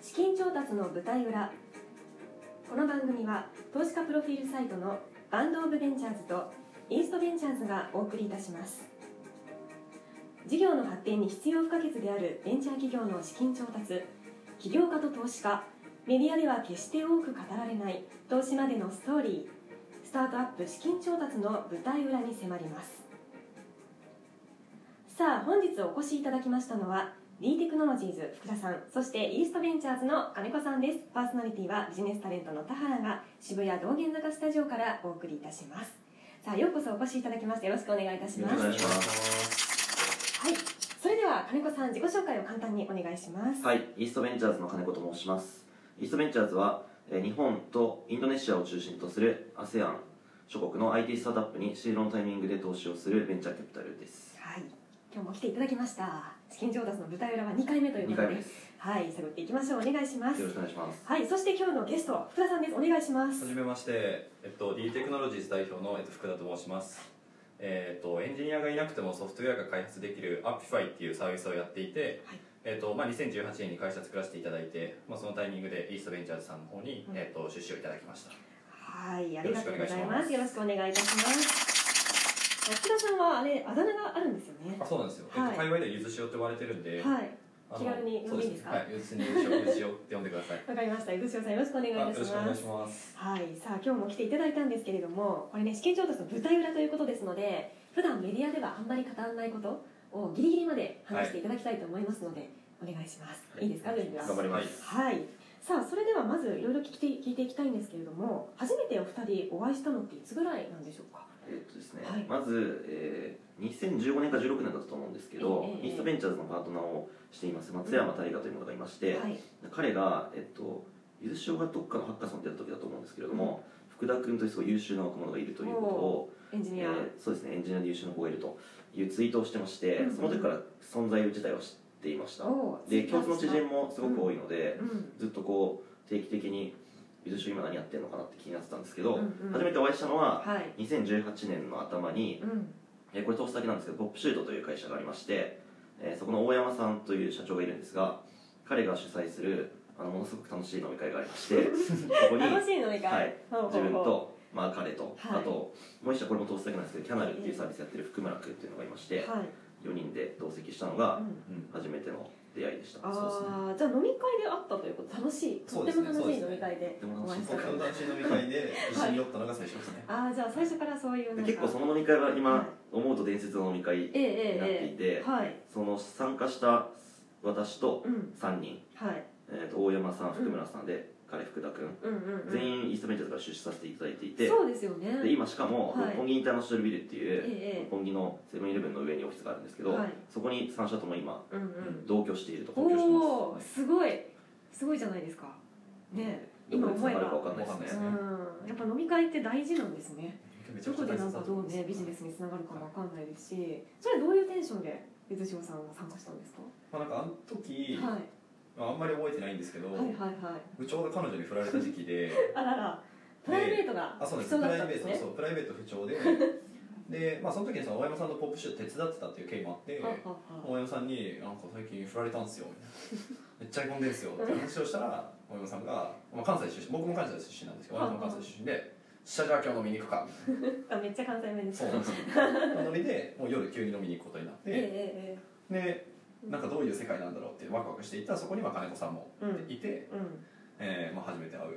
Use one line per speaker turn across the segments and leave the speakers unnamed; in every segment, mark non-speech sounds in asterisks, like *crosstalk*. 資金調達の舞台裏この番組は投資家プロフィールサイトのバンド・オブ・ベンチャーズとイースト・ベンチャーズがお送りいたします事業の発展に必要不可欠であるベンチャー企業の資金調達起業家と投資家メディアでは決して多く語られない投資までのストーリースタートアップ資金調達の舞台裏に迫りますさあ本日お越しいただきましたのは D テクノロジーズ福田さんそしてイーストベンチャーズの金子さんですパーソナリティはビジネスタレントの田原が渋谷道玄坂スタジオからお送りいたしますさあようこそお越しいただきましてよろしくお願いいたし
よ
ま
ろし
す
くお願いします。
はいそれでは金子さん自己紹介を簡単にお願いします
はい、イーストベンチャーズの金子と申します。イーストベンチャーズは、えー日本とインドネシアを中心とする ASEAN 諸国の IT スタートアップにシーロンタイミングで投資をするベンチャーキャピタルです。
はい、今日も来ていただきました。資金調達の舞台裏は2回目ということ
2回
で、
目です。
はい、探っていきましょう。お願いします
よろ。しくお願いします。
はい、そして今日のゲスト、福田さんです。お願いします
はじ。めまして、えっと、D テクノロジーズ代表の、えっと、福田と申します、えっと、エンジニアがいなくてもソフトウェアが開発できる Appify っていうサービスをやっていて、
はい
えっとまあ、2018年に会社作らせていただいて、まあ、そのタイミングでイーストベンチャーズさんの方に、
うん
えっと、出資をいただきました
はい、ありがとうございます。よ
よ
ろ
ろ
しくお願いいたします。福田さんはあれ、あだ名があるんですよね。
あそうなんですよ、
はい
えっと、界隈ではゆずしおって呼ばれてるんで、
はい、
あの
気軽に呼んでいいですか
そうですねはいゆずしおゆずしおって呼んでください
わかりました。ぐしおさん、よろしくお願いい
あよ
た
ろ
し
し
ま
くお願いし
す。
ます
はい、さあ今日も来ていただいたんですけれどもこれね資金調達の舞台裏ということですので普段メディアではあんまり語らないことをギリギリまで話していただきたいと思いますので、お願いします、
はい
い、いですか準備は
頑張ります、
はい。さあそれではまずいろいろ聞いて聞いていきたいんですけれども、初めてお二人お会いしたのっていつぐらいなんでしょうか。
えっとですね、
はい
まず、えー2015年か16年だったと思うんですけど、
ええええ
イーストベンチャーズのパートナーをしています松山大河というものがいまして、
はい。
彼が、えっと、ゆずしおがどっかのハッカソンってやった時だと思うんですけれども、福田君というすごい優秀な若者がいるということを
エンジニア。
えーそうですねエンジニアで優秀な方がいるというツイートをしてまして、
うんうん
その時から存在自体を知っていました
おー
で共通の知人。もすごく多いので、
うん。
ずっとこう定期的に「ゆずしお今何やってんのかな?」って気になってたんですけど、
うんうん
初めてお会いしたのは
はい。
2018年の頭に、
うん。
えーこれ投資先なんですけどポップシュートという会社がありまして、えーそこの大山さんという社長がいるんですが彼が主催するあのものすごく楽しい飲み会がありまして
*laughs*
そこに
楽しいのねか。
はい
ほうほうほう
自分。と、まあ、彼と、
はい
あともう一社これも投資先なんですけどキャナルっていうサービスやってる福村君っていうのがいまして、
はい。
4人で同席したの
う
が
ん
うん
初めての出会いでした、
そうですね
ああ、じゃあ飲み会で会ったということ楽しい。と
そ
っ
う
て
です
も
ね
楽しい
そうで
飲
すね
み会でお会いした
と
か
て
ら
も。
*laughs*
楽
しい飲み会で一緒に酔ったのが最初ですね
ああ、じゃあ最初からそういうなん
で
か。
結構その飲み会は
はい
今思うと伝説の飲み
え
会
え
になってい
ええ
て、
ええ。はい。
その参加した私と
うん。
3人、
はい。
えー、と大山さん
ん
福村さんで、彼福田君
うんうんうん。
全員イーストメンチャーズから出資させていただいていて
そうですよね。
で今しかも、
はい
六本木インターナショナルビルっていう、
えええ
六本木のセブンイレブンの上にオフィスがあるんですけど、
はい
そこに3社とも今
え。うんうん。
同居していると
お
同居してます
おーすごいすごいじゃないですかね
どこ
今思
で繋
え
が
ば
るか分かんないで
う
す
そ
ね
んやっぱ飲み会って大事なんですね
めちゃ
ど
くち
こ
ゃ
で
大
なん
切
か
だ
ど
と思いうます
ねビジネスにつながるかもわかんないですしそれどういうテンションでゆずしおさんは参加したんですか、
まあ、なんかあの時、
はい、
まあ、あんまり覚えてないんですけど、
はいはいはい
ちょうど彼女に振られた時
*laughs*
期で
あららプライベートが
あそうなん
貴
です
重
プ
だ
ラ
っ
イ
たんで
ベー
すね
ト、そうプライベート不調で
*laughs*
で、まあ、その時にその大山さんのポップシュート手伝ってたっていう経緯もあって
はあはあは
大山さんに「なんか最近振られたんすよ」みた
*laughs*
いな「めっちゃへこんでんすよ」って話をしたら大山さんが、まあ、関西出身僕も関西出身なんですけど大山さんも関西出身で「下じゃあ今日飲みに行くか」みたいな
ああめっちゃ関西弁です
そうなん
*laughs*
ですよノリでもう夜急に飲みに行くことになっ
ええ
て
えええ
でなんかどういう世界なんだろうってワクワクしていったらそこには金子さんも
えうん
いて、
うん
えーまあ、初めて会う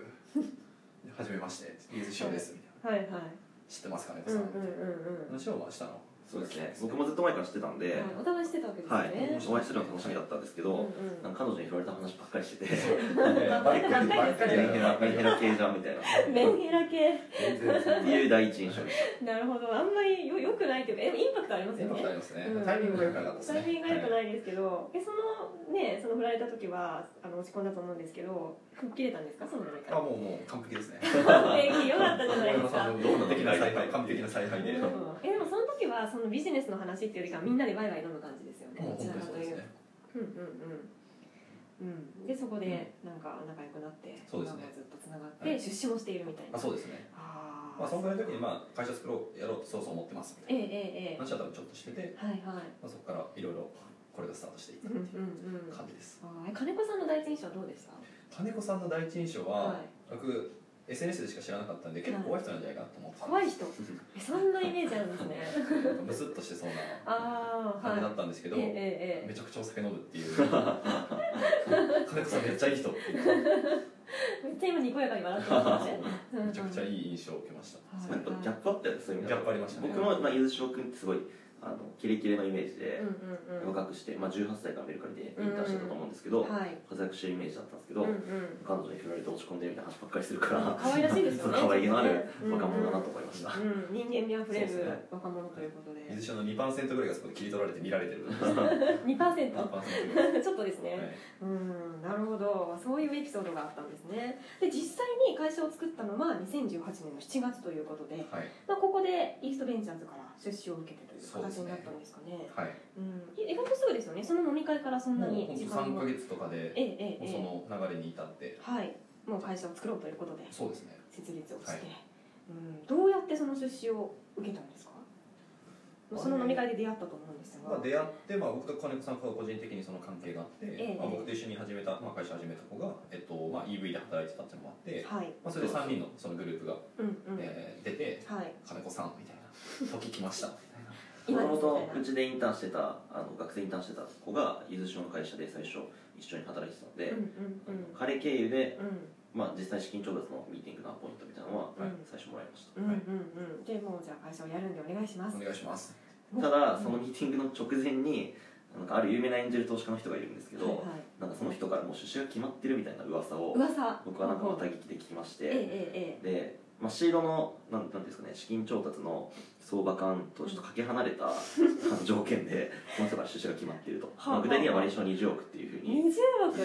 初めましてゆずしおですみたいな
はいはい
知ってますかね
う
さ
ん
ん
う
み
ん
たいな
うんうん
話をまあしたの
そうですね僕もずっと前から知ってたんで、
はい、お試ししてたわけですよ
はい
ね、
お会いするの楽しみだったんですけど、
うんうん
なんか彼女に振られた話ばっか
*laughs*
りしてて
え
バ
ー
カばっかりです
「い
ね
やヘ
ば
ラ
っかり
ヘラ系じゃん」みたいな
*laughs*
っ
メンヘラ系
全然そん
て
な
いう第一印象でし
なるほどあんまりよよくないというかえインパクトあります
イ
よ
ンパクトあ
ね
りますね
うん
タイミングが良くなかったです
タ
ね
イミングが良くないですけど、えそのねその振られた時はあの落ち込んだと思うんですけど吹っ切れたんですかその時
あ
から
もうもう完璧ですね
*laughs* 完璧良かったじゃないですか、うん
どうな的な采配完璧な采配でもう
えでもその時はそのビジネスの話っていうよりかみんなでワイワイ飲む感じですよね
本
どち
当
ら
に
か
そう
と
で
い
す
う
ね
うんうんうんうんでそこでなんか仲良くなって、
そうですね
今もずっとつながっ
は
て
い
出資もしているみたいな
あそうですね
あー
まあそんぐらいの時にまあ会社作ろうやろうとそうそう思ってますみた
え
い
ええええ
な話は多分ちょっとしてて
えはいはい
*laughs* まあそこからいろいろこれがスタートしていった
う
っ
ん
て
う
い
ん
う
うん
感じです
あー金子さんの第一印象はどうでした
金子さんの第一印象は、
はい
僕 SNS でしか知らなかったんで結構怖い人なんじゃないかなと思ってたん
怖い
です *laughs*
人えそんなイメージあるんですね
なんかムスッとしてそうな
ああ
感
は
じ
い
だったんですけど、
えええ
めちゃくちゃお酒飲むっていう金子さんめっちゃいい人っていう
えめっちゃ今にこやかに笑ってますね
*laughs* めちゃくちゃ
い
いい印象を受けました、
はい
なんかギャップあったよねそういう意味では
ギャップありましたね
僕も、まあ、ゆずしお君ってすごいあのキレキレのイメージで
うんうんうん
若くして、まあ、18歳からメルカリでインターンしてたと思うんですけど、
はい
活躍してるイメージだったんですけ
う
ど、
んうん
彼女に振られて落ち込んでるみたいな話ばっかりするから
可愛らしい
*laughs*
ですよね
可愛げのある
うん
若者だなと思いました、
うん人間味あふれ
そうです
る
ね
若者ということで
水晶の2%ぐらいがそこで切り取られて見られてる
2%?
2%ぐら
*laughs*
い、
ちょっとですね、
はい
うんなるほどそういうエピソードがあったんですねで実際に会社を作ったのは2018年の7月ということで、
はい
まあ、ここでイーストベンチャーズから出資を受けてという
そうで
形
すね
になったんですかね
はい、
うんい意外とすぐですよねその飲み会からそんな
もう
に
本当
時間
3
も
か月とかで
えええええ
もうそ
え
の流れに至って
はいもう会社を作ろうということで
そうですね
設立をして、
はい
うん、どうやってその出資を受けたんですか
あの
その飲み会で出会ったと思うんですが、
まあ、出会って、まあ、僕と金子さんとは個人的にその関係があって、
ええ
まあ、僕と一緒に始めた、まあ、会社始めた子が、えっとまあ、EV で働いてたっていうのもあって、
はい
まあ、それで3人のそのグループが、
うんうん、
えー出て
はい
「金子さん」みたいな「時来ました」みたいな
も
今ですみ
とも
たいな
とうちでインターンしてたあの学生インターンしてた子が伊豆市の会社で最初一緒に働いてたんで、
うんうん
彼経由で、
うんうん
まあ、実際資金調達のミーティングのアポイントみたいなのは
うん
最初もらいました、
うんうんうん、でもうじゃあ会社をやるんでお願いします
お願いします
ただそのミーティングの直前になんかある有名なエンジェル投資家の人がいるんですけど、
はいはい、
なんかその人からもう出資が決まってるみたいな噂を
噂
僕はなんかまた聞きで聞きまし
ええええ
て、
え
で、まあ、シードのなんなんていうんですかね資金調達の相場感とちょっとかけ離れたあの条件でその人から出資が決まっていると、
はあ
まあ、具体的には割り賞20億っていうふう
え
に聞い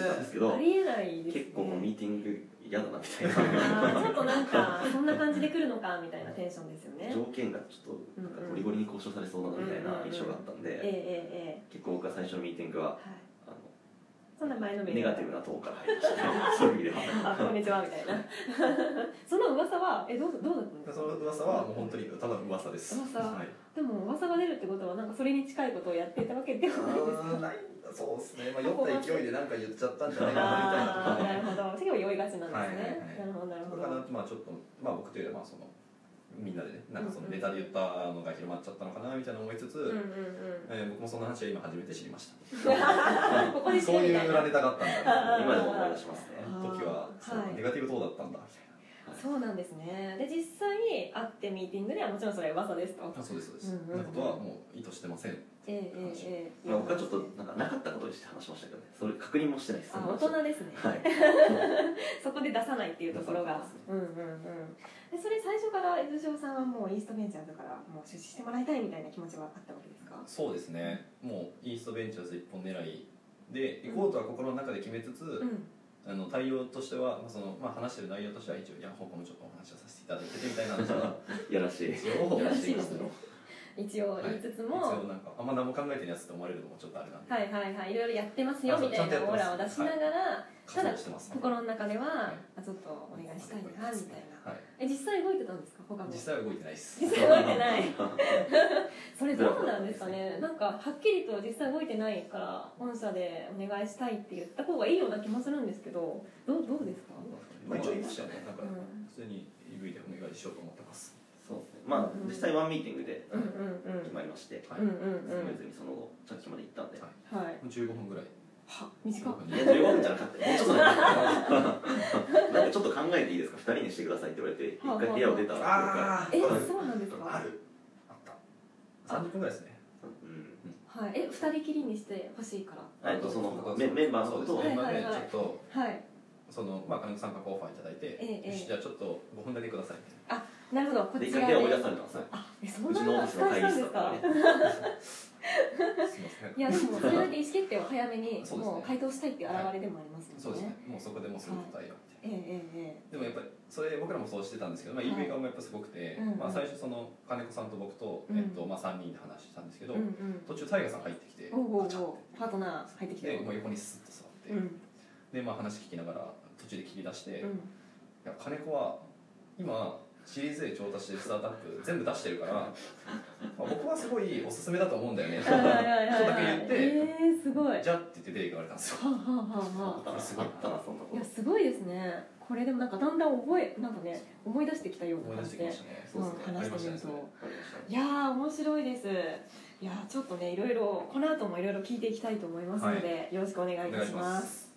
たんですけ
20億
ど
ありえないですね
結構もうミーティング嫌だなみたい
あ
な
ーちょっとなんかそんな感じで来るのかみたいなテンションですよね
条件がちょっとなんかゴリゴリに交渉されそうだなみたいな印象があったん
ええ
で
えええ
結構僕は最初のミーティングは
えはい
あの
そんな前のめり
ネ
で
ガティブなトーンから入りましたね *laughs* そういう意味では
あこんにちはみたいな *laughs* その噂はえどうどうだったんで
ですそ
か
の噂はもう本当にただの噂です
噂
はい、
でも噂が出るってことはなんかそれに近いことをやっていたわけではないです
あーないそうですね、まあ、酔った勢いでなんか言っちゃったんじゃないかなみたいな
ああーなるほど結構酔いがちなんですね、
はいはいはい
なるほどなるほ
だ
ど
からまあちょっとまあ僕というよりはまあそのみんなでねなんかそのネタで言ったのが広まっちゃったのかなみたいな思いつつ、
うんうんうん
えー僕もその話は今初めて知りました
ここで知
そう
るみ
い
たいう
裏
な
ネタがあったんだ
あー
今でも思い出しますね
あの時はそう
はい
ネガティブ党だったんだみたい
そうなんですねで実際に会ってミーティングではもちろんそれは噂ですと
なあそうですそうです、
うんうんうん
なことはもう意図してません
ええええええ
まあ僕はちょっとなんかなかったことにして話しましたけどねそれ確認もしてないです
あ大人ですね、
はい
そこで出さないっていうところが
出さないですね
うんうんうんでそれ最初から伊豆城さんはもうイーストベンチャーズからもう出資してもらいたいみたいな気持ちはあったわけですか
そうですねもうイーストベンチャーズ一本狙いで行こうとは心の中で決めつつ、
うん
あの対応としては、まあそのまあ、話してる内容としては一応いや他もちょっとお話をさせていただいててみたいな話は
いやらしい
一応
やら *laughs* しい
で
です
す
ね一応言いつつも、
一
は
応なんかあんま何も考えてないやつって思われるのもちょっとあれなんで、
い、はいはいいろいろやってますよ
あそう
みたい
ちゃ
なん
と
オーラ
や
を
って
出
ま
し
す
ながら、た
活
だ
動してますね
心の中では、
はい
あちょっとお願いしたいなみたいな、
はい
え実際動いてたんですか他も
実際は動いてないです
実際動いて
*laughs*
ないそれどうなんですかねなんかはっきりと実際動いてないから本社でお願いしたいって言った方がいいような気もするんですけどどうどうですか、
まあ一応言いましたよねなんか
うん
普通に EV でお願いしようと思ってます
そうですねま
うん
あ実際ワンミーティングで
うんうん
決まりまして
は
う
い、
んうん
も
ス
う
ム
ん
ーズにその後着地まで行ったんで
は
うんはいう
15分ぐらい
は短っ
いや15分じゃなかった
*laughs*
もうちょっとなんかなんかちょっと考えていいですか2人にしてくださいって言われて
はあ
一回部屋を出たら
あ
えそうなんですか
あるあった30分ぐらいですね
うん
はいえ二人きりにしてほしいから
えっとそのメンメンバーのこと
そ
を
うですねメンバー
は
で
い
ち
はい
ょ
はい
っと
はい
そのまあ金子さんからオファーいただいて、
ええ
よしじゃあちょっと5分だけくださいみたい
なるほどこっ
で
ち
一
側
回部屋を追い
で
出されたんですよ
あえそん
うちのオフ
な
ィスの
扱いしたん
会議
で
室
す
だから
か
ね
なすいません
いやでもそれだけ意思決定を早めに
そうですね
もう回答したいっていう表れでもあります
そ
も
うんです
ね
ねもうそこでもうすぐ答えようみたいな
えええ
でもやっぱりそれ僕らもそうしてたんですけど、まあ、
はい
EV 側もやっぱすごくて、
うんうん
まあ、最初その金子さんと僕と、
うん
えっとまあ、3人で話したんですけ
え
ど、
うんうん
途中大我さん入ってきて
おうおう
ガチャ
おうパートナー入ってき
ッ
たよ
でもう横にスッと座って、
うん
で、まあ、話聞きながら途中で切り出して、
う
い
ん
や金子は今シリーズ A 調達してるスタートアップ全部出してるから、まあ、僕はすごいおすすめだと思うんだよねと
はいはいはいはい
だけ言って、
えー、すごいは
じゃあって言ってデイが言われたんですよ
あはあはあはあ
あすごいあったなそんなこ
い
と
やすごいですねこれでもなんかだんだん覚えなんかね思い出してきたよう
思い
な
出
感じ
してき
で
ましたねそううんですね、あ
話して
りまし
み
た
る
ね
と、
それ
いやー面白いですいやーちょっとねいろいろこの後もいろいろ聞いていきたいと思いますので、よろしくお願いいたします